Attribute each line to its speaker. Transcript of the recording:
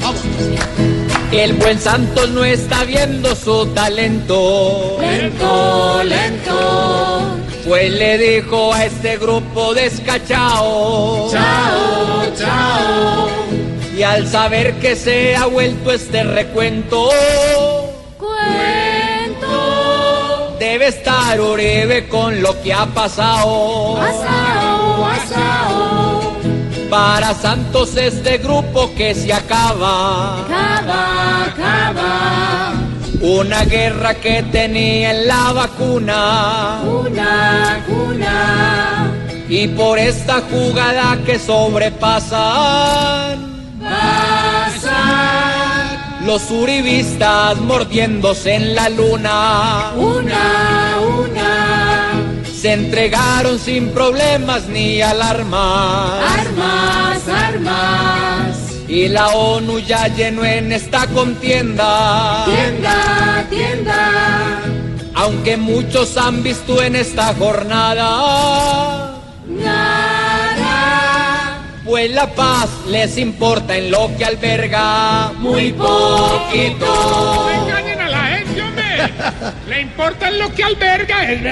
Speaker 1: Vamos.
Speaker 2: El buen Santos no está viendo su talento.
Speaker 3: Lento, lento.
Speaker 2: Pues le dijo a este grupo descachao.
Speaker 3: Chao, chao.
Speaker 2: Y al saber que se ha vuelto este recuento,
Speaker 3: Cuento.
Speaker 2: debe estar Uribe con lo que ha pasado.
Speaker 3: Asao, asao.
Speaker 2: Para Santos este grupo que se acaba.
Speaker 3: Cava, cava.
Speaker 2: Una guerra que tenía en la
Speaker 3: Uh.
Speaker 2: vacuna.
Speaker 3: Cuna, cuna.
Speaker 2: Y por esta jugada que sobrepasan
Speaker 3: Pasa.
Speaker 2: los uribistas mordiéndose en la luna.
Speaker 3: Una, una.
Speaker 2: Se entregaron sin problemas ni alarmas.
Speaker 3: Armas, armas.
Speaker 2: Y la ONU ya llenó en esta contienda.
Speaker 3: Tienda, tienda.
Speaker 2: Aunque muchos han visto en esta jornada,
Speaker 3: Nada.
Speaker 2: pues la paz les importa en lo que alberga.
Speaker 3: Muy
Speaker 2: poquito.
Speaker 4: No engañen a la gente, hombre. Le importa lo que alberga. el